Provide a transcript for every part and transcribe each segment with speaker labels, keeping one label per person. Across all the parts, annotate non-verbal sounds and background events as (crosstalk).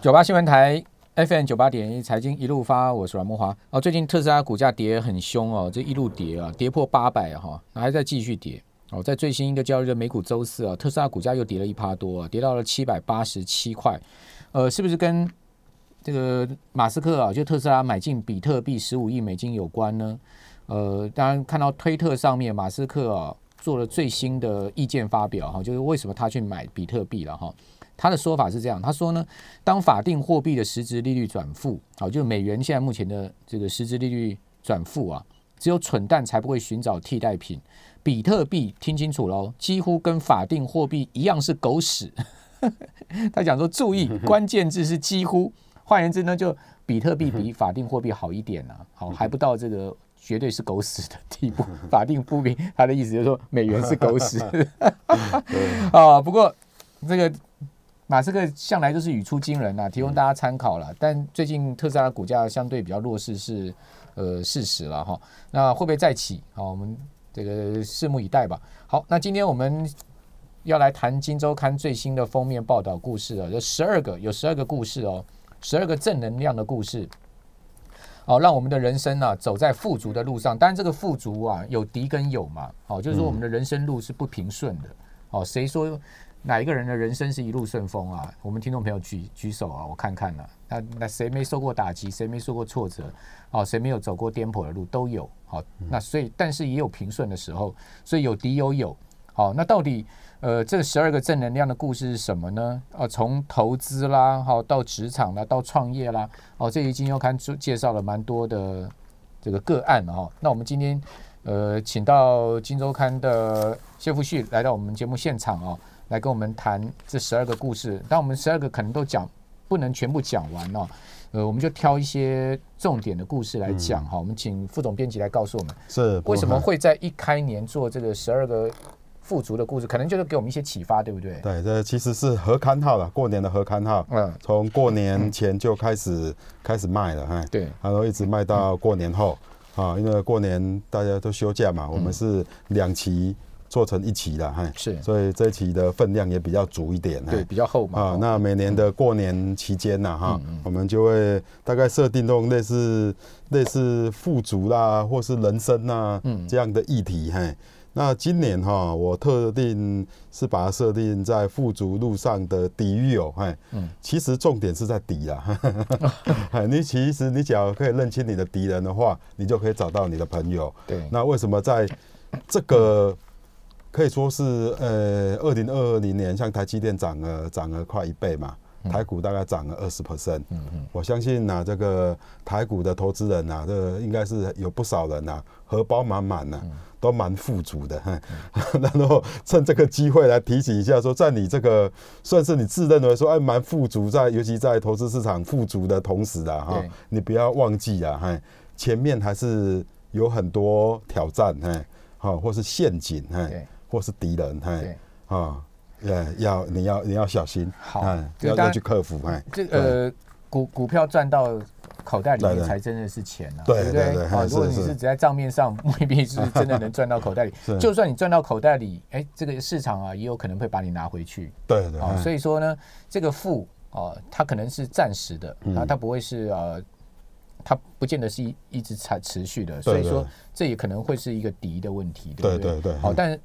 Speaker 1: 九八新闻台 FM 九八点一财经一路发，我是阮梦华。哦，最近特斯拉股价跌很凶哦，这一路跌啊，跌破八百哈，那还在继续跌。哦，在最新一个交易日美股周四啊，特斯拉股价又跌了一趴多、啊，跌到了七百八十七块。呃，是不是跟这个马斯克啊，就特斯拉买进比特币十五亿美金有关呢？呃，当然看到推特上面马斯克啊做了最新的意见发表哈、就是为什么他去买比特币了哈、他的说法是这样，他说呢，当法定货币的实质利率转负，好、就是美元现在目前的这个实质利率转负啊，只有蠢蛋才不会寻找替代品。比特币听清楚喽，几乎跟法定货币一样是狗屎。 (laughs) 他讲说，注意，关键字是几乎，换言之呢，就比特币比法定货币好一点啊，好还不到这个。绝对是狗屎的地步，法定货币，他的意思就是说美元是狗屎 (laughs) 啊。不过这个马斯克向来都是语出惊人啊呐、提供大家参考了。但最近特斯拉股价相对比较弱势是呃事实了哈。那会不会再起？好，我们这个拭目以待吧。好，那今天我们要来谈《金周刊》最新的封面报道故事啊，有十二个，有十二个故事哦，十二个正能量的故事。好、让我们的人生呢、走在富足的路上。当然，这个富足啊，有敌跟友嘛。好、就是说我们的人生路是不平顺的。好、谁说哪一个人的人生是一路顺风啊？我们听众朋友举举手啊，我看看呢、那那谁没受过打击？谁没受过挫折？哦，谁没有走过颠簸的路？都有。好、那所以但是也有平顺的时候，所以有敌有友。好、那到底呃这十二个正能量的故事是什么呢？哦，从投资啦，好、到职场啦，到创业啦，哦，这一金周刊就介绍了蛮多的这个个案哈、哦。那我们今天呃，请到金周刊的谢富旭来到我们节目现场哦，来跟我们谈这十二个故事。但我们十二个可能都讲不能全部讲完哦，呃，我们就挑一些重点的故事来讲哈、我们请副总编辑来告诉我们，
Speaker 2: 是
Speaker 1: 嗯为什么？会在一开年做这个十二个富足的故事，可能就是给我们一些启发，对不对？
Speaker 2: (laughs) 对，这其实是合刊号了，过年的合刊号，
Speaker 1: 嗯，
Speaker 2: 从过年前就开始、开始卖了，哎，
Speaker 1: 对，
Speaker 2: 然后一直卖到过年后，啊，因为过年大家都休假嘛，我们是两期做成一期了，哎，
Speaker 1: 嗯是
Speaker 2: 所以这一期的分量也比较足一点，
Speaker 1: 对，
Speaker 2: 哎
Speaker 1: 比较厚嘛。
Speaker 2: 啊
Speaker 1: 哦，嗯
Speaker 2: 那每年的过年期间呐，哈，我们就会大概设定这种类似类似富足啦，或是人生呐
Speaker 1: 嗯
Speaker 2: 这样的议题，嘿。那今年哈，我特定是把它设定在富足路上的敌与友，嘿，
Speaker 1: 嗯
Speaker 2: 其实重点是在敌啦， (laughs) 嘿你其实你只要可以认清你的敌人的话，你就可以找到你的朋友，
Speaker 1: 对，
Speaker 2: 那为什么在这个可以说是呃，二零二零年，像台积电涨了涨了快一倍嘛，台股大概涨了二十 percent。嗯嗯，我相信呐、这个台股的投资人呐、这个应该是有不少人呐、荷包满满呐，都蛮富足的。哼 (laughs) 然后趁这个机会来提醒一下说在你这个算是你自认为说哎蛮富足在，尤其在投资市场富足的同时啊，哈
Speaker 1: 对，
Speaker 2: 你不要忘记啊，嗨，前面还是有很多挑战，嗨，好，或是陷阱，
Speaker 1: 对
Speaker 2: 嗨，或是敌人，
Speaker 1: 对
Speaker 2: 嗨，啊，呃，要你要你要小心，
Speaker 1: 好
Speaker 2: 哎
Speaker 1: 这
Speaker 2: 要
Speaker 1: 当
Speaker 2: 要
Speaker 1: 然
Speaker 2: 去克服，哎，
Speaker 1: 这呃，股股票赚到口袋里
Speaker 2: 对
Speaker 1: 面
Speaker 2: 对
Speaker 1: 才真的是钱啊，
Speaker 2: 对
Speaker 1: 不
Speaker 2: 对
Speaker 1: 对？
Speaker 2: 对
Speaker 1: 啊，
Speaker 2: 是
Speaker 1: 如果你
Speaker 2: 是
Speaker 1: 是只在账面上，未必是真的能赚到口袋里。
Speaker 2: (laughs) 是
Speaker 1: 就算你赚到口袋里，哎，这个市场啊，也有可能会把你拿回去。
Speaker 2: 对对，
Speaker 1: 啊，
Speaker 2: 哎
Speaker 1: 所以说呢，这个富哦，它可能是暂时的，
Speaker 2: 嗯
Speaker 1: 啊，它不会是呃，它不见得是一一直持持续的，所以
Speaker 2: 对
Speaker 1: 说
Speaker 2: 对
Speaker 1: 这也可能会是一个敌的问题，对不
Speaker 2: 对对对
Speaker 1: 好，
Speaker 2: 嗯
Speaker 1: 但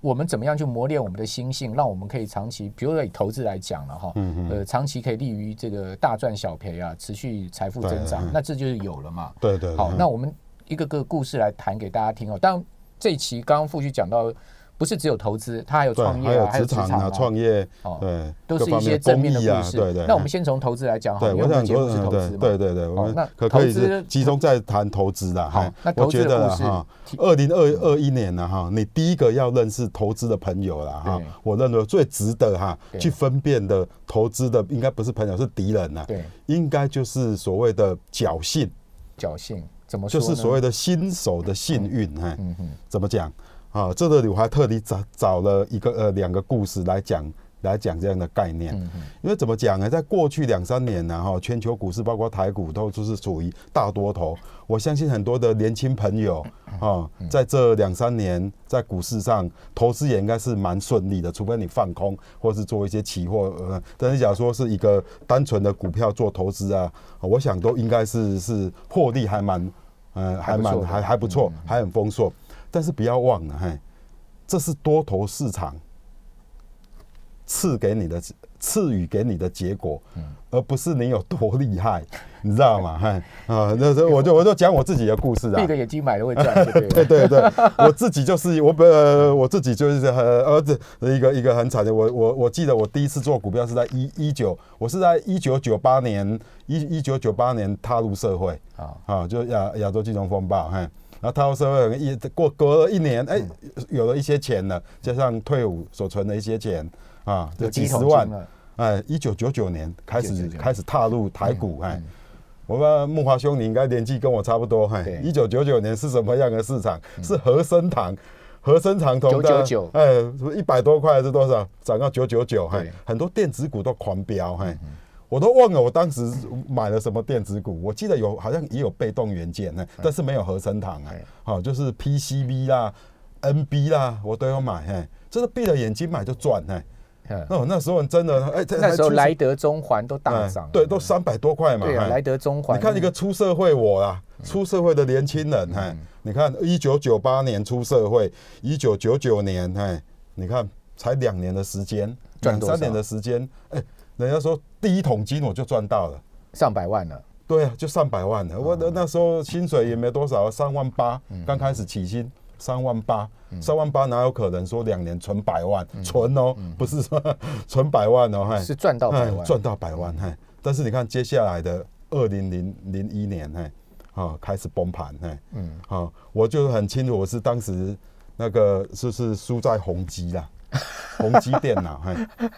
Speaker 1: 我们怎么样去磨练我们的心性，让我们可以长期，比如说以投资来讲了哈，
Speaker 2: 嗯
Speaker 1: 呃，长期可以利于这个大赚小赔啊，持续财富增长
Speaker 2: 对，嗯
Speaker 1: 那这就是有了嘛。
Speaker 2: 对对，
Speaker 1: 好，
Speaker 2: 对
Speaker 1: 那我们一个个故事来谈给大家听哦。当然，这一期刚刚傅旭讲到，不是只有投资，他还有
Speaker 2: 对
Speaker 1: 创
Speaker 2: 还
Speaker 1: 业
Speaker 2: 有
Speaker 1: 啊，还有
Speaker 2: 职
Speaker 1: 职
Speaker 2: 场
Speaker 1: 场啊
Speaker 2: 啊，创业
Speaker 1: 哦，
Speaker 2: 对，
Speaker 1: 都是一
Speaker 2: 各方面
Speaker 1: 些正面的
Speaker 2: 公益啊
Speaker 1: 故事。
Speaker 2: 对对，
Speaker 1: 那我们
Speaker 2: 哎
Speaker 1: 先从投资来讲好了，
Speaker 2: 对，
Speaker 1: 因为我
Speaker 2: 我
Speaker 1: 们
Speaker 2: 想
Speaker 1: 哦的节目是投
Speaker 2: 说，嗯
Speaker 1: 资嘛。
Speaker 2: 对对对对，我
Speaker 1: 那
Speaker 2: 们可
Speaker 1: 投
Speaker 2: 可以
Speaker 1: 资
Speaker 2: 是集中在谈投资啦。
Speaker 1: 好
Speaker 2: 哈
Speaker 1: 那投
Speaker 2: 我
Speaker 1: 资
Speaker 2: 觉
Speaker 1: 的
Speaker 2: 得啦
Speaker 1: 故事
Speaker 2: 哈
Speaker 1: 提，
Speaker 2: 二零二二一年了哈，你第一个要认识投资的朋友啦哈
Speaker 1: 对。
Speaker 2: 我认为最值得哈
Speaker 1: 对
Speaker 2: 去分辨的投资的，应该不是朋友，是敌人啦。
Speaker 1: 对，
Speaker 2: 应该就是所谓的侥幸，
Speaker 1: 侥幸怎么
Speaker 2: 就是所
Speaker 1: 谓
Speaker 2: 谓的新手的幸
Speaker 1: 嗯
Speaker 2: 运。哈，怎么讲？啊，这个里我还特地找找了一个呃两个故事来讲来讲这样的概念。
Speaker 1: 嗯
Speaker 2: 因为怎么讲呢？在过去两三年呢、哈，全球股市包括台股都就是处于大多头。我相信很多的年轻朋友啊，
Speaker 1: 嗯
Speaker 2: 在这两三年在股市上投资也应该是蛮顺利的，除非你放空或是做一些期货。呃，但是假如说是一个单纯的股票做投资啊，我想都应该是是获利还蛮，呃，还
Speaker 1: 还不
Speaker 2: 蛮
Speaker 1: 错嗯
Speaker 2: 还还不错，还很丰硕。但是不要忘了，嘿，这是多头市场赐给你的赐予给你的结果，而不是你有多厉害，你知道吗？嘿，啊，那时候我就我就讲我自己的故事啊
Speaker 1: (laughs) 闭着。眼睛买了会赚，对
Speaker 2: (laughs)
Speaker 1: 不
Speaker 2: 对
Speaker 1: 对？
Speaker 2: 对对，我自己就是我呃我自己就是很儿子一个一个很惨的，我我我记得我第一次做股票是在一一九，我是在一九九八年一一九九八年踏入社会，
Speaker 1: 啊，
Speaker 2: 啊，就亚亚洲金融风暴，嘿，然后踏入社会一过隔了一年，哎、有了一些钱了，加上退伍所存的一些钱啊，
Speaker 1: 有
Speaker 2: 就
Speaker 1: 第一
Speaker 2: 几十
Speaker 1: 桶
Speaker 2: 万
Speaker 1: 金，了，
Speaker 2: 哎，一九九九年开始
Speaker 1: 1999
Speaker 2: 开始踏入台股，哎，我们木华兄，你应该年纪跟我差不多，哎
Speaker 1: 对，
Speaker 2: 一九九九年是什么样的市场？是和生堂。和生堂同的
Speaker 1: 999
Speaker 2: 哎，一百多块是多少？涨到九九九，嘿
Speaker 1: 对，
Speaker 2: 很多电子股都狂飙，嘿，我都忘了我当时买了什么电子股。我记得有好像也有被动元件，嘿，但是没有和生堂啊
Speaker 1: 对，
Speaker 2: 好，就是 PCB 啦、NB 啦，我都有买，嘿，真的闭着眼睛买就赚，哎嘿，
Speaker 1: 嗯
Speaker 2: 那我那时候真的，哎、这
Speaker 1: 那时候
Speaker 2: 还出
Speaker 1: 莱德中环都大
Speaker 2: 哎
Speaker 1: 涨了，
Speaker 2: 对，都三百多块嘛。
Speaker 1: 对啊，嗯
Speaker 2: 哎
Speaker 1: 莱德中环，
Speaker 2: 你看一个出社会我啦，出社会的年
Speaker 1: 嗯
Speaker 2: 轻人，哎，你看一九九八年出社会，一九九九年，哎，你看才两年的时间，
Speaker 1: 赚
Speaker 2: 两
Speaker 1: 多少
Speaker 2: 三年的时间，哎，人家说第一桶金我就赚到了。
Speaker 1: 上百万了，
Speaker 2: 对啊，就上百万了。我
Speaker 1: 嗯
Speaker 2: 那那时候薪水也没多少，三万八，刚开始起薪三万八，
Speaker 1: 嗯
Speaker 2: 三万八哪有可能说两年存百万？存哦，不是说 (laughs) 存百万哦，嗨，
Speaker 1: 嗯是赚到百
Speaker 2: 哎
Speaker 1: 万，
Speaker 2: 赚到百万，嗨。但是你看接下来的二零零零一年，嗨，啊，开始崩盘，嗨，嗯，啊，我就很清楚，我是当时那个就是输在宏基啦。宏基电脑，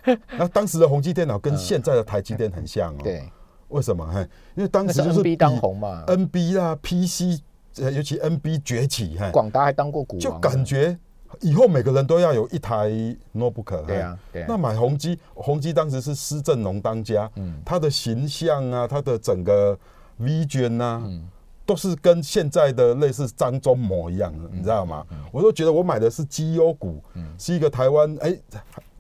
Speaker 2: 嘿，那当时的宏基电脑跟现在的台积电很像哦。
Speaker 1: 嗯对，
Speaker 2: 为什么？嘿，哎因为当
Speaker 1: 那
Speaker 2: 时
Speaker 1: 是
Speaker 2: 就是
Speaker 1: NB 当
Speaker 2: 比呃
Speaker 1: 红啊嘛，
Speaker 2: NB 啦、PC，呃尤其 NB 崛起，哎嘿，
Speaker 1: 广达还当过股
Speaker 2: 就
Speaker 1: 王，
Speaker 2: 感觉以后每个人都要有一台 notebook 嘿。
Speaker 1: 对啊对啊
Speaker 2: 那买宏基，宏基当时是施正荣当家，
Speaker 1: 嗯
Speaker 2: 他的形象啊，他的整个 vision 啊。
Speaker 1: 嗯
Speaker 2: 都是跟现在的类似张忠谋一
Speaker 1: 嗯
Speaker 2: 样的，你知道吗？我都觉得我买的是绩优股，是一个台湾哎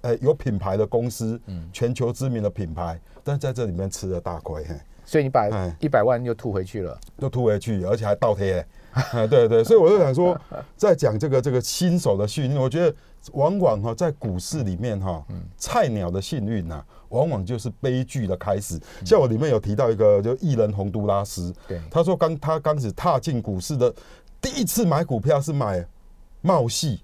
Speaker 2: 哎有品牌的公司，
Speaker 1: 嗯
Speaker 2: 全球知名的品牌，但在这里面吃了大亏。嘿
Speaker 1: 所以你把
Speaker 2: 哎
Speaker 1: 一百万又吐回去了，
Speaker 2: 就突回去，而且还倒贴、 (laughs) 哎，对对，所以我就想说，在讲这个这个新手的幸运，我觉得往往哈、在股市里面哈、菜鸟的幸运呐、往往就是悲剧的开始。像我里面有提到一个，就艺人洪都拉斯，
Speaker 1: 对
Speaker 2: 他说刚他刚开始踏进股市的第一次买股票是买茂系，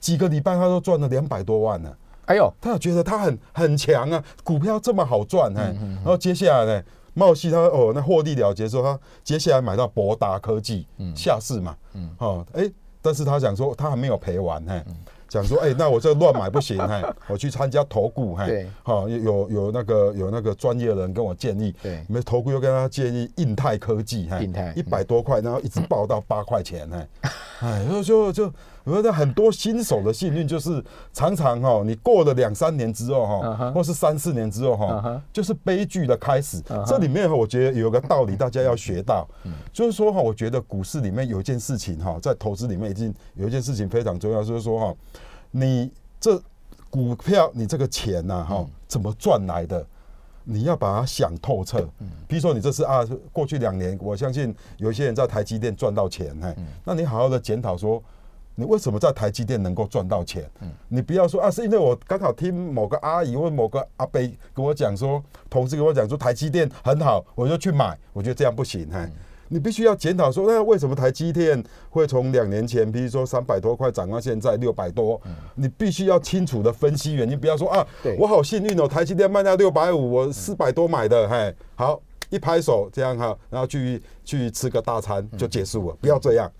Speaker 2: 几个礼拜他都赚了两百多万呢、
Speaker 1: 哎呦，
Speaker 2: 他有觉得他很很强啊，股票这么好赚哎、
Speaker 1: 嗯
Speaker 2: 然后接下来呢，茂系他哦那获利了结之后，他接下来买到博达科技、下市嘛，嗯，哦哎、但是他想说他还没有赔完哎。
Speaker 1: 嗯
Speaker 2: 讲说，哎、那我这乱买不行，哎， (laughs) 我去参加投顾，哎
Speaker 1: 对，
Speaker 2: 好、有有有那个有那个专业人跟我建议，
Speaker 1: 对
Speaker 2: 没投顾又跟他建议印泰科技，哎
Speaker 1: 印嗯泰
Speaker 2: 一百多块，然后一直报到八块钱，哎，哎，就就就，我觉得很多新手的幸运就是常常哈、哦，你过了两三年之后啊哈、
Speaker 1: 嗯哼
Speaker 2: 或是三四年之后哈、
Speaker 1: 嗯哼
Speaker 2: 就是悲剧的开始。这里面哈嗯我觉得有个道理大家要学到，就是说哈、我觉得股市里面有一件事情哈、在投资里面已经有一件事情非常重要，就是说哈、你这股票你这个钱呐、哈、怎么赚来的？你要把它想透彻。比如说你这次啊，过去两年，我相信有一些人在台积电赚到钱，哎，那你好好的检讨说。你为什么在台积电能够赚到钱？你不要说啊，是因为我刚好听某个阿姨或某个阿伯跟我讲说，同事跟我讲说台积电很好，我就去买。我觉得这样不行，
Speaker 1: 嗯
Speaker 2: 哎，你必须要检讨说，那为什么台积电会从两年前，比如说三百多块涨到现在六百多？你必须要清楚的分析原因，不要说啊
Speaker 1: 嗯对，
Speaker 2: 我好幸运哦，台积电卖到六百五，我四百多买的，嘿，好。一拍手，这样哈，然后去去吃个大餐
Speaker 1: 嗯
Speaker 2: 就结束了，不要这样。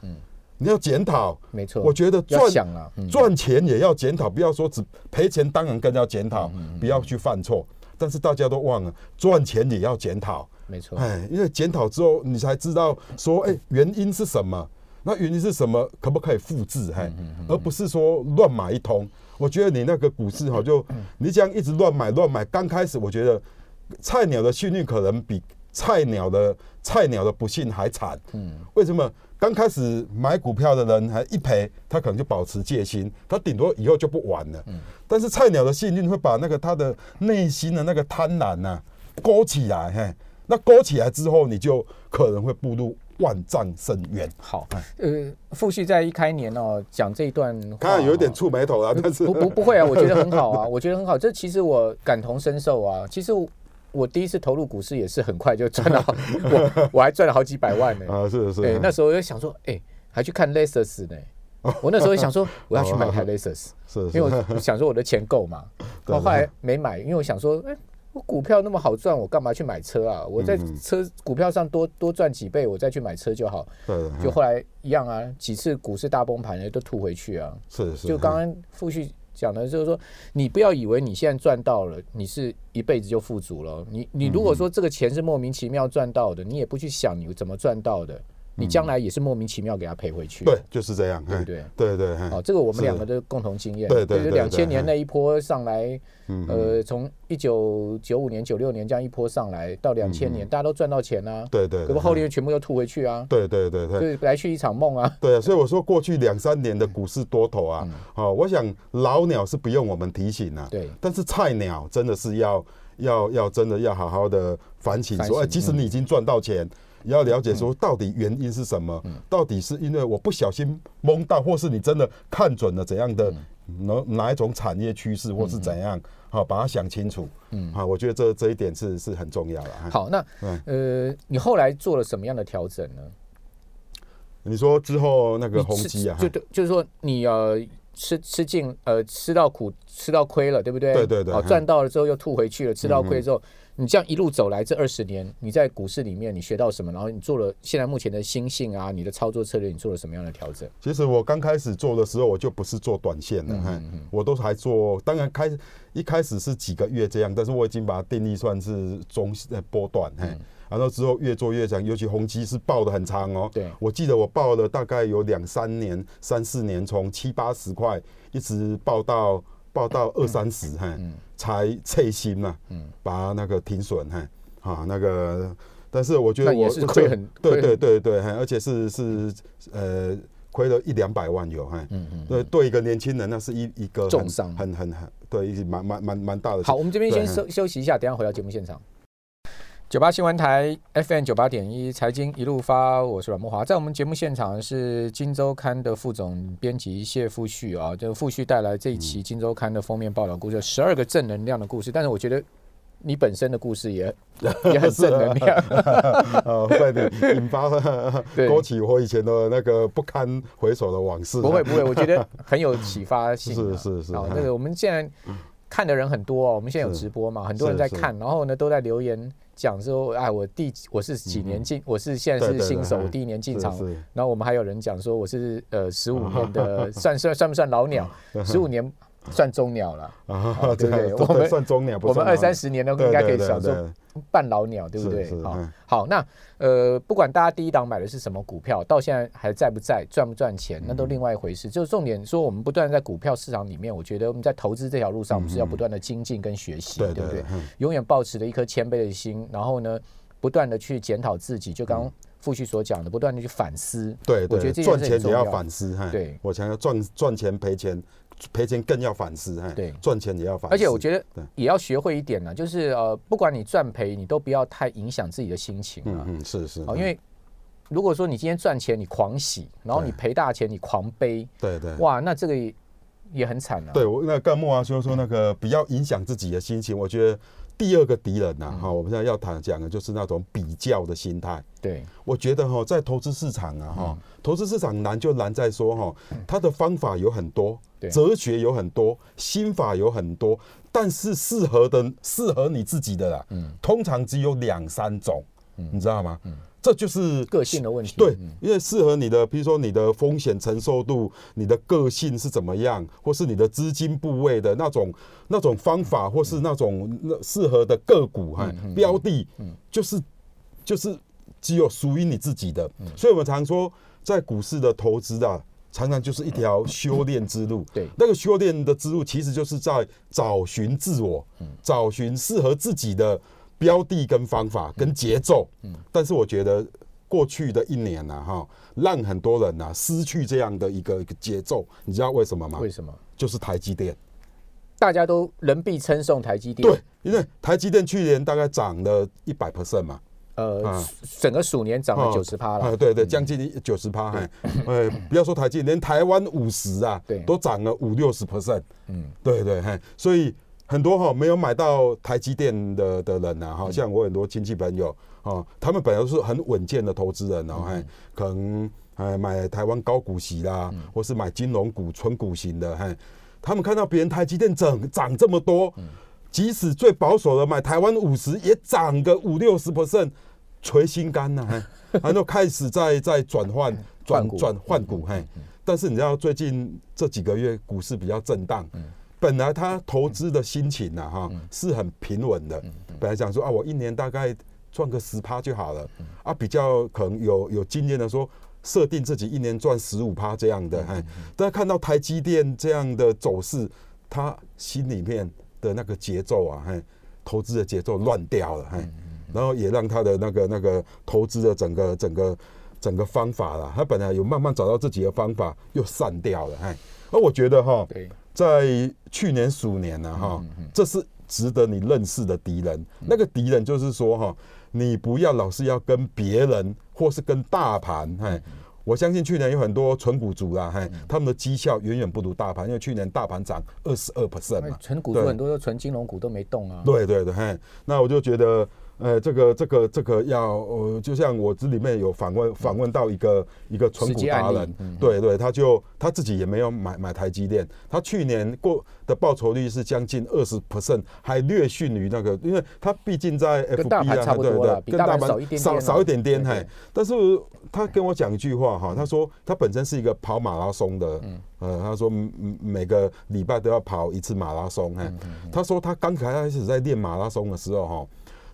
Speaker 2: 你要检讨，
Speaker 1: 没错
Speaker 2: 我觉得
Speaker 1: 嗯要
Speaker 2: 赚
Speaker 1: 想了嗯
Speaker 2: 赚钱也要检讨，不要说只赔钱，当然更要检讨，不要去犯错。但是大家都忘了，赚钱也要检讨。
Speaker 1: 没错，
Speaker 2: 哎，因为检讨之后，你才知道说，哎，原因是什么？那原因是什么？可不可以复制？哎，而不是说乱买一通。我觉得你那个股市哈，就你这样一直乱买乱买，刚开始我觉得菜鸟的幸运可能比菜鸟的菜鸟的不幸还惨。嗯，为什么？刚开始买股票的人还一赔，他可能就保持戒心，他顶多以后就不玩了。嗯，但是菜鸟的幸运会把那个他的内心的那个贪婪啊呐、勾起来，嘿，那勾起来之后，你就可能会步入万丈深渊。
Speaker 1: 好，呃，复旭在一开年哦讲这一段话哦，
Speaker 2: 看嗯来有一点触眉头啊，但是
Speaker 1: 不不不会啊，我觉得很好啊，我 (laughs) 觉得很好。这其实我感同身受啊。其实我我第一次投入股市也是很快就赚
Speaker 2: (laughs)
Speaker 1: 了好，我我还赚了好几百万呢、
Speaker 2: 啊，是的是的，
Speaker 1: 对，那时候我就想说，哎、还去看 Lexus 呢。我那时候也想说，我要去买台
Speaker 2: (laughs)
Speaker 1: Lexus，
Speaker 2: 是是
Speaker 1: 因为我想说我的钱够嘛。
Speaker 2: (laughs) 对
Speaker 1: 我后来没买，因为我想说，哎、我股票那么好赚，我干嘛去买车啊？我在
Speaker 2: 嗯
Speaker 1: 车、股票上多多赚几倍，我再去买车就好。
Speaker 2: (laughs) 对的，
Speaker 1: 就后来一样啊，几次股市大崩盘了都吐回去啊。
Speaker 2: 是是，
Speaker 1: 就刚刚傅旭讲的，就是说你不要以为你现在赚到了，你是一辈子就富足了。你
Speaker 2: 嗯
Speaker 1: 你如果说这个钱是莫名其妙赚到的，你也不去想你怎么赚到的，你将来也是莫名其妙给他赔回去。
Speaker 2: 对，就是这样，
Speaker 1: 对
Speaker 2: 嘿
Speaker 1: 不对
Speaker 2: 对对，嘿
Speaker 1: 哦，这个我们
Speaker 2: 是
Speaker 1: 两个都共同经验，
Speaker 2: 对对对对嗯
Speaker 1: 两千年那一波上来，呃，从一九九五年、九六年这样一波上来到两千年，大家都赚到钱啊，
Speaker 2: 嗯对对，
Speaker 1: 可不
Speaker 2: 对
Speaker 1: 后面全部又吐回去啊，
Speaker 2: 对对对对，
Speaker 1: 就是来去一场梦啊，
Speaker 2: 对啊，所以我说过去两三年的股市多头啊，哦，我想老鸟是不用我们提醒啊，
Speaker 1: 对
Speaker 2: 但是菜鸟真的是要要要真的要好好的反省
Speaker 1: 反省嗯
Speaker 2: 说，哎，即使你已经赚到钱。也要了解说到底原因是什么？
Speaker 1: 嗯
Speaker 2: 到底是因为我不小心蒙到，或是你真的看准了怎样的
Speaker 1: 嗯
Speaker 2: 哪哪一种产业趋势，或是怎样？好，把它想清楚。嗯，好，我觉得这这一点是是很重要了。哈
Speaker 1: 好，那
Speaker 2: 嗯
Speaker 1: 呃，你后来做了什么样的调整呢？
Speaker 2: 你说之后那个
Speaker 1: 你
Speaker 2: 宏
Speaker 1: 吃
Speaker 2: 基啊，
Speaker 1: 就就就是说你呃吃吃尽呃吃到苦吃到亏了，对不对？
Speaker 2: 对对对
Speaker 1: 好
Speaker 2: 嗯
Speaker 1: 赚到了之后又吐回去了，吃到亏之后，你这样一路走来这二十年，你在股市里面你学到什么？然后你做了现在目前的心性啊，你的操作策略，你做了什么样的调整？
Speaker 2: 其实我刚开始做的时候，我就不是做短线
Speaker 1: 嗯
Speaker 2: 了，哈，我都还做。当然开一开始是几个月这样，但是我已经把它定义算是中呃波段，嘿。
Speaker 1: 嗯
Speaker 2: 然后之后越做越长，尤其宏基是报的很长哦。
Speaker 1: 对
Speaker 2: 我记得我报了大概有两三年、三四年，从七八十块一直报到报到二三十，嘿，
Speaker 1: 嗯
Speaker 2: 才撤心嘛，把那个停损，嘿，啊那个，但是我觉得
Speaker 1: 那也
Speaker 2: 我
Speaker 1: 是
Speaker 2: 我
Speaker 1: 亏
Speaker 2: 这
Speaker 1: 很亏
Speaker 2: 对
Speaker 1: 很
Speaker 2: 对对对，嘿而且是是呃亏了一两百万有，嘿，嗯嗯，对对，一个年轻人那是一一个很
Speaker 1: 重伤
Speaker 2: 很很很对，一蛮蛮蛮蛮大的。
Speaker 1: 好，我们这边先
Speaker 2: 对
Speaker 1: 休休息一下，等一下回到节目现场。九八新闻台 FM 九八点一财经一路发，我是阮木华。在我们节目现场是《金周刊》的副总编辑谢富旭啊，这个富旭带来这一
Speaker 2: 嗯
Speaker 1: 期《金周刊》的封面报道故事，十二个正能量的故事。但是我觉得你本身的故事
Speaker 2: (laughs)
Speaker 1: 也也很正能量，
Speaker 2: 呃，会引发
Speaker 1: (laughs) 对
Speaker 2: 勾起我以前的那个不堪回首的往事。
Speaker 1: 不会不会，我觉得很有启发性啊。
Speaker 2: 是是是
Speaker 1: 好，
Speaker 2: 嗯
Speaker 1: 那个我们现在看的人很多哦，我们现在有直播嘛，很多人在看，然后呢都在留言讲说，哎，我第我是几年进，我是现在
Speaker 2: 对
Speaker 1: 是
Speaker 2: 对嗯对
Speaker 1: 新手，
Speaker 2: 嗯
Speaker 1: 我第一年进
Speaker 2: 是
Speaker 1: 场
Speaker 2: 是。
Speaker 1: 然后我们还有人讲说，我是呃十五年
Speaker 2: (laughs)
Speaker 1: 的，算算算不算老鸟？十五年算中鸟了，
Speaker 2: 啊， (laughs)
Speaker 1: 对不对我们
Speaker 2: 算中鸟，不
Speaker 1: 我们
Speaker 2: 算
Speaker 1: 二
Speaker 2: 老鸟
Speaker 1: 三十年都
Speaker 2: 对
Speaker 1: 应该可以
Speaker 2: 对对
Speaker 1: 想说
Speaker 2: 对
Speaker 1: 半老鸟，对不对
Speaker 2: 是是？
Speaker 1: 好
Speaker 2: 嗯，
Speaker 1: 好，那呃，不管大家第一档买的是什么股票，到现在还在不在，赚不赚钱，
Speaker 2: 嗯
Speaker 1: 那都另外一回事。就是重点说，我们不断在股票市场里面，我觉得我们在投资这条路上，我们是要不断的精进跟学习，
Speaker 2: 对
Speaker 1: 对不对
Speaker 2: 对对嗯？
Speaker 1: 永远保持着一颗谦卑的心，然后呢，不断的去检讨自己，就刚刚傅旭所讲的，不断的去反思。
Speaker 2: 对
Speaker 1: 我觉得
Speaker 2: 对，
Speaker 1: 这
Speaker 2: 赚
Speaker 1: 件事很
Speaker 2: 钱也
Speaker 1: 重
Speaker 2: 要反思。嘿
Speaker 1: 对
Speaker 2: 我强调赚赚钱赔钱，赔钱更要反思。嘿
Speaker 1: 对
Speaker 2: 赚钱也要反思。
Speaker 1: 而且我觉得
Speaker 2: 对
Speaker 1: 也要学会一点呢，就是呃，不管你赚赔，你都不要太影响自己的心情
Speaker 2: 嗯
Speaker 1: 啊。
Speaker 2: 嗯是是，
Speaker 1: 哦，因为如果说你今天赚钱你狂喜，然后你赔大钱你狂悲，
Speaker 2: 对对。
Speaker 1: 哇，那这个也也很惨啊。
Speaker 2: 对我那干木啊，就说那个比较影响自己的心情，我觉得第二个敌人
Speaker 1: 嗯
Speaker 2: 呐、哈、我们现在要谈讲的就是那种比较的心态。
Speaker 1: 对
Speaker 2: 我觉得哈，在投资市场啊，
Speaker 1: 嗯
Speaker 2: 哈，投资市场难就难在说哈，它的方法有很多
Speaker 1: 对，
Speaker 2: 哲学有很多，心法有很多，但是适合的适合你自己的啦，
Speaker 1: 嗯
Speaker 2: 通常只有两三种，你知道吗？这就是
Speaker 1: 个性的问题。
Speaker 2: 对，因为适合你的，比如说你的风险承受度、你的个性是怎么样，或是你的资金部位的那种那种方法，或是那种那适合的个股哈、标的，就是就是只有属于你自己的。所以我们常说，在股市的投资啊，常常就是一条修炼之路。
Speaker 1: 对
Speaker 2: 那个修炼的之路，其实就是在找寻自我，找寻适合自己的标的、跟方法、跟节奏。嗯，但是我觉得过去的一年呐，哈，让很多人呐、失去这样的一个一个节奏，你知道为什么吗？
Speaker 1: 为什么？
Speaker 2: 就是台积电。
Speaker 1: 大家都人必称颂台积电，
Speaker 2: 对，，因为台积电去年大概涨了一百 percent 嘛，
Speaker 1: 呃
Speaker 2: 啊，
Speaker 1: 整个鼠年涨了
Speaker 2: 哦
Speaker 1: 九十趴嗯
Speaker 2: 啊，
Speaker 1: 了，
Speaker 2: 对对，将近九十趴，哎，哎，不要说台积，连台湾五十啊，
Speaker 1: 对
Speaker 2: 都涨了五六十 percent，
Speaker 1: 嗯
Speaker 2: 嗯，对对，嘿，所以很多哈没有买到台积电的的人
Speaker 1: 嗯
Speaker 2: 啊，哈，像我很多亲戚朋友哦，他们本来都是很稳健的投资人
Speaker 1: 嗯
Speaker 2: 哦，嘿，可能哎买台湾高股息啦，
Speaker 1: 嗯
Speaker 2: 或是买金融股、纯股型的，嘿，他们看到别人台积电涨涨这么多，
Speaker 1: 嗯
Speaker 2: 即使最保守的买台湾五十也涨个五六十 percent，捶心肝呐、
Speaker 1: (laughs)
Speaker 2: 嘿然后开始在在转换
Speaker 1: 嗯换
Speaker 2: 转
Speaker 1: 股嗯
Speaker 2: 转换股，嘿，但是你知道最近这几个月股市比较震荡，
Speaker 1: 嗯
Speaker 2: 本来他投资的心情呐、哈、是很平稳的，本来想说啊，我一年大概赚个十趴就好了，啊，比较可能有有经验的说。设定自己一年赚十五趴这样的，哎，但看到台积电这样的走势，他心里面的那个节奏啊，嘿，投资的节奏乱掉了，嘿，然后也让他的那个那个投资的整个整个整个方法啦，他本来有慢慢找到自己的方法，又散掉了，嘿，而我觉得哈，
Speaker 1: 对，
Speaker 2: 在去年鼠年呢、哈，这是值得你认识的敌人。那个敌人就是说哈，你不要老是要跟别人或是跟大盘，哎，我相信去年有很多纯股族啦，哎，他们的绩效远远不如大盘，因为去年大盘涨二十二 percent 嘛，
Speaker 1: 纯股
Speaker 2: 对
Speaker 1: 族很多都纯金融股都没动啊，
Speaker 2: 对对对，嘿，那我就觉得，呃，这个这个这个要，呃，就像我这里面有访问访问到一个一个纯
Speaker 1: 实
Speaker 2: 股
Speaker 1: 际
Speaker 2: 达
Speaker 1: 案例嗯
Speaker 2: 人，对对，他就他自己也没有买买台积电，他去年过的报酬率是将近二十 percent，还略逊于那个，因为他毕竟在 FB
Speaker 1: 大盘
Speaker 2: 啊，
Speaker 1: 差不
Speaker 2: 对
Speaker 1: 多
Speaker 2: 对
Speaker 1: 啦比
Speaker 2: 跟
Speaker 1: 大
Speaker 2: 大
Speaker 1: 盘少一点啊
Speaker 2: 少
Speaker 1: 点
Speaker 2: 少
Speaker 1: 啦
Speaker 2: 一点点，
Speaker 1: 对
Speaker 2: 嘿
Speaker 1: 对，
Speaker 2: 但是他跟我讲一句话哈，他说他本身是一个跑马拉松的，呃，他说嗯嗯每个礼拜都要跑一次马拉松，嘿，
Speaker 1: 嗯
Speaker 2: 他说他刚开始在练马拉松的时候哈，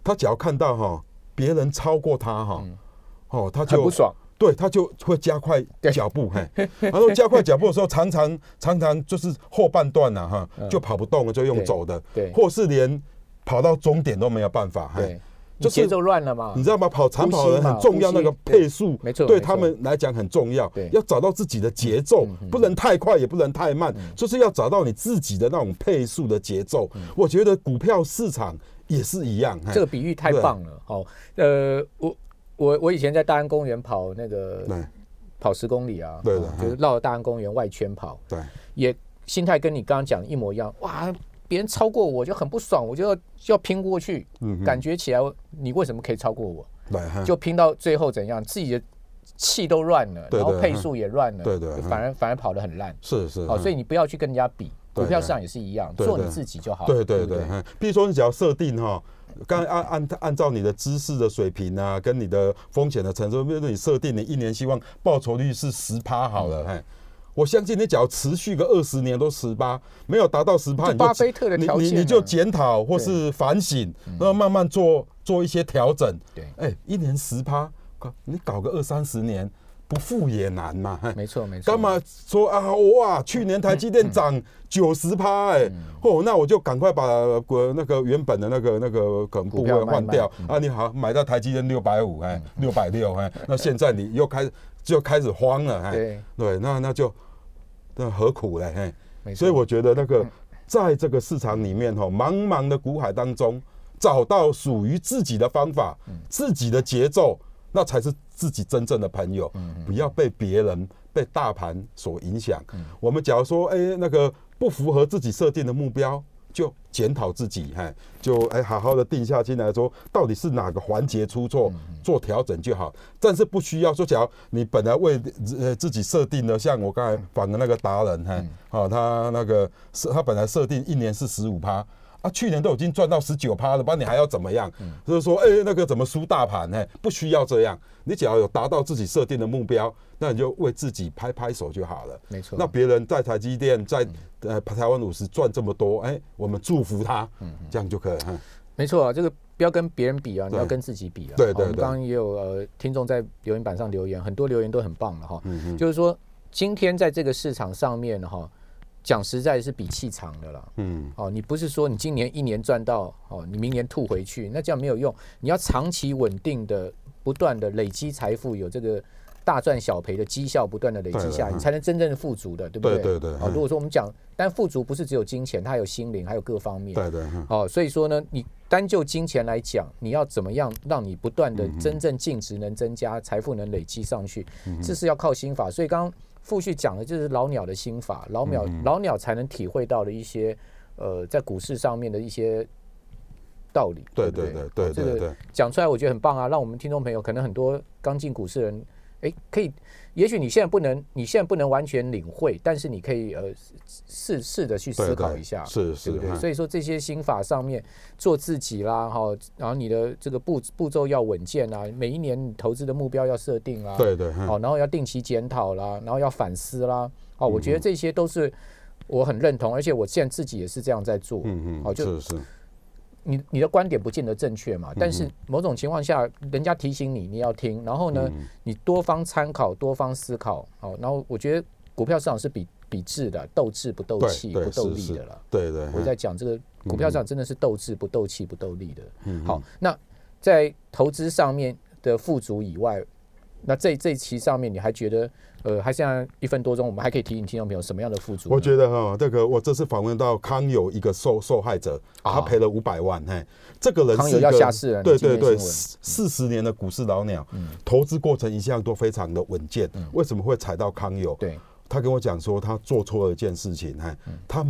Speaker 2: 他只要看到哈别人超过他哈，哦，他
Speaker 1: 嗯很
Speaker 2: 就
Speaker 1: 不爽，
Speaker 2: 对，他就会加快脚步，
Speaker 1: (laughs)
Speaker 2: 嘿，然后加快脚步的时候，常常常常就是后半段呐、啊、哈，就跑不动了，就用走的，
Speaker 1: 嗯对对
Speaker 2: 或是连跑到终点都没有办法，嘿
Speaker 1: 对，，
Speaker 2: 就嗯
Speaker 1: 就是哎节奏乱了嘛
Speaker 2: 你，知道吗？跑长跑的人很
Speaker 1: 呼吸嘛
Speaker 2: 重要，
Speaker 1: 呼吸
Speaker 2: 那个配速，
Speaker 1: 对没错
Speaker 2: 对
Speaker 1: 没错
Speaker 2: 他们来讲很重要
Speaker 1: 对。嗯
Speaker 2: 要找到自己的节奏，不能太快，也不能太慢，就是要找到你自己的那种配速的节奏。我觉得股票市场也是一样。嘿
Speaker 1: 嗯这个比喻太棒了，哦，呃，我我我以前在大安公园跑那个
Speaker 2: 对
Speaker 1: 跑十公里啊，
Speaker 2: 对的
Speaker 1: 哦
Speaker 2: 嗯
Speaker 1: 就是绕着大安公园外圈跑，
Speaker 2: 对
Speaker 1: 也心态跟你刚刚讲的一模一样，哇，别人超过我就很不爽，我就要就要拼过去，
Speaker 2: 嗯
Speaker 1: 感觉起来你为什么可以超过我？
Speaker 2: 对，嘿
Speaker 1: 就拼到最后怎样，自己的气都乱了，
Speaker 2: 对
Speaker 1: 然后
Speaker 2: 对
Speaker 1: 配速也乱了，
Speaker 2: 对对嗯
Speaker 1: 反而反而跑得很烂。
Speaker 2: 是是
Speaker 1: 哦，
Speaker 2: 嘿
Speaker 1: 所以你不要去跟人家比，
Speaker 2: 对
Speaker 1: 股票市场也是一样，
Speaker 2: 对
Speaker 1: 做
Speaker 2: 对
Speaker 1: 你自己就好了。
Speaker 2: 对对
Speaker 1: 不
Speaker 2: 对，嘿比如说你只要设定哈。刚才按按按照你的知识的水平啊，跟你的风险的承受，比如说你设定你一年希望报酬率是十趴好了，嘿，我相信你只要持续个二十年都十八，没有达到十趴，
Speaker 1: 就
Speaker 2: 你
Speaker 1: 巴
Speaker 2: 就
Speaker 1: 菲特的
Speaker 2: 你
Speaker 1: 条
Speaker 2: 你
Speaker 1: 件
Speaker 2: 你就
Speaker 1: 啊嗯
Speaker 2: 检讨或是反省，然后慢慢做做一些调整。
Speaker 1: 对
Speaker 2: 哎，一年十趴，搞你搞个二三十年，不富也难嘛，嘿
Speaker 1: 没错没错。
Speaker 2: 干嘛说啊哇？去年台积电涨九十趴哎，哦，那我就赶快把呃那个原本的那个那个可能部位
Speaker 1: 股票卖
Speaker 2: 换掉啊！你好，买到台积电六百五哎，六百六哎，那现在你又开始就开始慌了哎，
Speaker 1: 对
Speaker 2: 对，那那就那何苦嘞哎？
Speaker 1: 没错？嗯
Speaker 2: 所以我觉得那个在这个市场里面哈、茫茫的股海当中，找到属于自己的方法、
Speaker 1: 嗯
Speaker 2: 自己的节奏，那才是自己真正的朋友。
Speaker 1: 嗯
Speaker 2: 不要被别人、被大盘所影响。
Speaker 1: 嗯
Speaker 2: 我们假如说，哎、那个不符合自己设定的目标。就检讨自己，哎，就哎好好的定下心来说，到底是哪个环节出错，做调整就好。但是不需要说，假如你本来为呃自己设定的，像我刚才访的那个达人，嘿，好、他那个是他本来设定一年是十五趴。啊，去年都已经赚到十九趴了，不然你还要怎么样？就是说，哎、那个怎么输大盘？哎，不需要这样，你只要有达到自己设定的目标，那你就为自己拍拍手就好了。
Speaker 1: 没错
Speaker 2: 那别人在台积电在
Speaker 1: 嗯
Speaker 2: 呃台湾五十赚这么多，哎、我们祝福他，这样就可以。嗯
Speaker 1: 没错啊，这个不要跟别人比啊，你
Speaker 2: 对
Speaker 1: 要跟自己比啊。
Speaker 2: 对对
Speaker 1: 好我们
Speaker 2: 对嗯
Speaker 1: 刚刚也有呃听众在留言板上留言，很多留言都很棒了哈。就是说今天在这个市场上面哈、讲实在是比气长的啦。
Speaker 2: 嗯，
Speaker 1: 哦，你不是说你今年一年赚到哦，你明年吐回去，那这样没有用。你要长期稳定的、不断的累积财富，有这个大赚小赔的绩效，不断的累积
Speaker 2: 对
Speaker 1: 下来，
Speaker 2: 嗯
Speaker 1: 你才能真正的富足的，对不对？
Speaker 2: 对对对
Speaker 1: 哦，
Speaker 2: 嗯
Speaker 1: 如果说我们讲，但富足不是只有金钱，它还有心灵，还有各方面。
Speaker 2: 对对，嗯
Speaker 1: 哦，所以说呢，你单就金钱来讲，你要怎么样让你不断
Speaker 2: 嗯
Speaker 1: 的真正净值能增加，财富能累积上去，
Speaker 2: 嗯
Speaker 1: 这是要靠心法。所以刚刚傅旭讲的就是老鸟的心法，老鸟、
Speaker 2: 嗯
Speaker 1: 老鸟才能体会到的一些呃，在股市上面的一些道理。
Speaker 2: 对
Speaker 1: 对
Speaker 2: 对
Speaker 1: 不
Speaker 2: 对
Speaker 1: 哦这
Speaker 2: 对
Speaker 1: 个
Speaker 2: 对对
Speaker 1: 讲出来我觉得很棒啊，让我们听众朋友可能很多刚进股市的人，诶，可以，也许你现在不能，你现在不能完全领会，但是你可以呃试试着去思
Speaker 2: 对
Speaker 1: 考
Speaker 2: 对
Speaker 1: 一下，
Speaker 2: 是
Speaker 1: 对
Speaker 2: 是
Speaker 1: 不对？
Speaker 2: 嗯
Speaker 1: 所以说这些心法上面做自己啦，哈，然后你的这个步步骤要稳健啊，每一年你投资的目标要设定啊，
Speaker 2: 对对，嗯
Speaker 1: 好，然后要定期检讨啦，然后要反思啦，哦，我
Speaker 2: 嗯
Speaker 1: 觉得这些都是我很认同，而且我现在自己也是这样在做，
Speaker 2: 嗯
Speaker 1: 好
Speaker 2: 嗯，
Speaker 1: 就是
Speaker 2: 是，
Speaker 1: 你你的观点不见得正确
Speaker 2: 嗯
Speaker 1: 嘛，但是某种情况下，人家提醒你，你要听，然后呢，
Speaker 2: 嗯
Speaker 1: 你多方参考，多方思考，好，然后我觉得股票市场是比比智的，斗智不斗
Speaker 2: 对
Speaker 1: 气，
Speaker 2: 对
Speaker 1: 不斗
Speaker 2: 是
Speaker 1: 力
Speaker 2: 是
Speaker 1: 的了。
Speaker 2: 对对，
Speaker 1: 我
Speaker 2: 嗯
Speaker 1: 在讲这个股票市场真的是斗智不斗气不斗力的。
Speaker 2: 嗯
Speaker 1: 好，那在投资上面的富足以外，那这这一期上面你还觉得呃，还剩下一分多钟，我们还可以提醒听众朋友什么样的富足呢？
Speaker 2: 我觉得哈，这个我这次访问到康有一个受受害者，
Speaker 1: 啊
Speaker 2: 他赔了五百万，嘿，这个人
Speaker 1: 康
Speaker 2: 是
Speaker 1: 有
Speaker 2: 一
Speaker 1: 要
Speaker 2: 个
Speaker 1: 下市了
Speaker 2: 对
Speaker 1: 今天
Speaker 2: 对对，
Speaker 1: 新闻嗯
Speaker 2: 四四十年的股市老鸟，投资过程一向都非常的稳健，为什么会踩到康有？
Speaker 1: 对，
Speaker 2: 他跟我讲说，他做错了一件事情，哈，他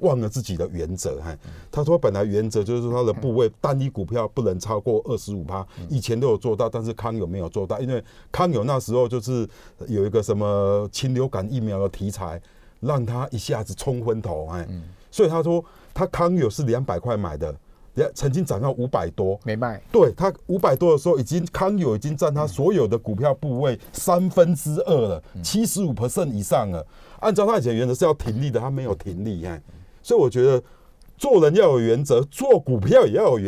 Speaker 2: 忘了自己的原则，哈，他说本来原则就是说他的部位单一股票不能超过二十五趴，以前都有做到，但是康有没有做到？因为康有那时候就是有一个什么禽流感疫苗的题材，让他一下子冲昏头，哎，所以他说他康有是两百块买的，也曾经涨到五百多，
Speaker 1: 没卖，
Speaker 2: 对他五百多的时候，已经康友已经占他所有的股票部位三分之二了，七十五 percent 以上了。按照他以前原则是要停利的，他没有停利哎，所以我觉得做人要有原则，做股票也要有原。